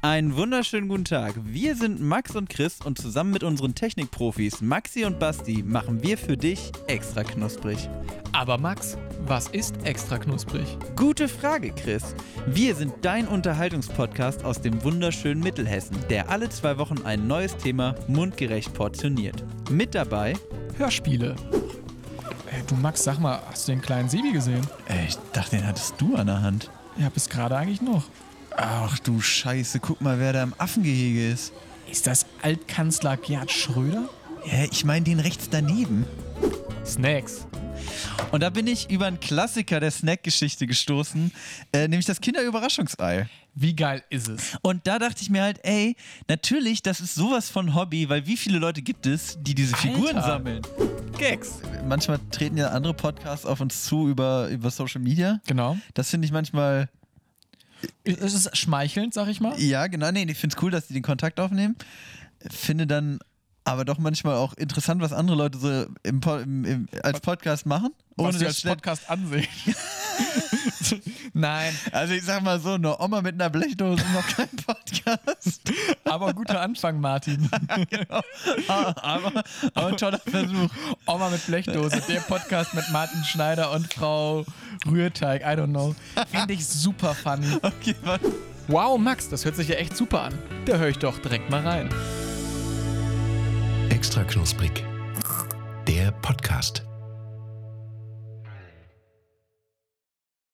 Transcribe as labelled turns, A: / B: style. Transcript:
A: Einen wunderschönen guten Tag. Wir sind Max und Chris und zusammen mit unseren Technikprofis Maxi und Basti machen wir für dich extra knusprig.
B: Aber Max, was ist extra knusprig?
A: Gute Frage, Chris. Wir sind dein Unterhaltungspodcast aus dem wunderschönen Mittelhessen, der alle zwei Wochen ein neues Thema mundgerecht portioniert. Mit dabei
B: Hörspiele. Ey, du Max, sag mal, hast du den kleinen Sebi gesehen?
A: Ey, ich dachte, den hattest du an der Hand.
B: Ja, bis gerade eigentlich noch.
A: Ach du Scheiße, guck mal, wer da im Affengehege ist.
B: Ist das Altkanzler Gerhard Schröder?
A: Hä, ich meine den rechts daneben.
B: Snacks.
A: Und da bin ich über einen Klassiker der Snackgeschichte gestoßen, äh, nämlich das Kinderüberraschungsei.
B: Wie geil ist es?
A: Und da dachte ich mir halt, ey, natürlich, das ist sowas von Hobby, weil wie viele Leute gibt es, die diese Figuren
B: Alter.
A: sammeln? Gags. Manchmal treten ja andere Podcasts auf uns zu über, über Social Media.
B: Genau.
A: Das finde ich manchmal,
B: Es ist schmeichelnd, sag ich mal.
A: ja, genau, nee, ich finde es cool, dass die den Kontakt aufnehmen. Finde dann aber doch manchmal auch interessant, was andere Leute so im, Po- im, im, als Podcast machen.
B: Was wir
A: das
B: als
A: schnell-
B: Podcast ansehen. Nein,
A: Also ich sag mal so, eine Oma mit einer Blechdose noch kein Podcast.
B: aber guter Anfang, Martin.
A: Ah, aber, aber ein toller Versuch.
B: Oma mit Blechdose, der Podcast mit Martin Schneider und Frau Rührteig, I don't know. Finde ich super funny.
A: Okay, warte.
B: Wow, Max, das hört sich ja echt super an. Da höre ich doch direkt mal rein.
C: Extra knusprig. Der Podcast.